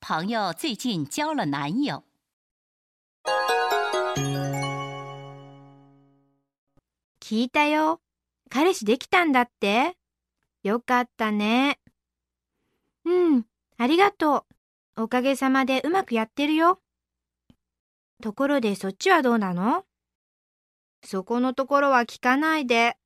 朋友最近交了男友。聞いたよ。彼氏できたんだって。よかったね。うん、ありがとう。おかげさまでうまくやってるよ。ところでそっちはどうなのそこのところは聞かないで。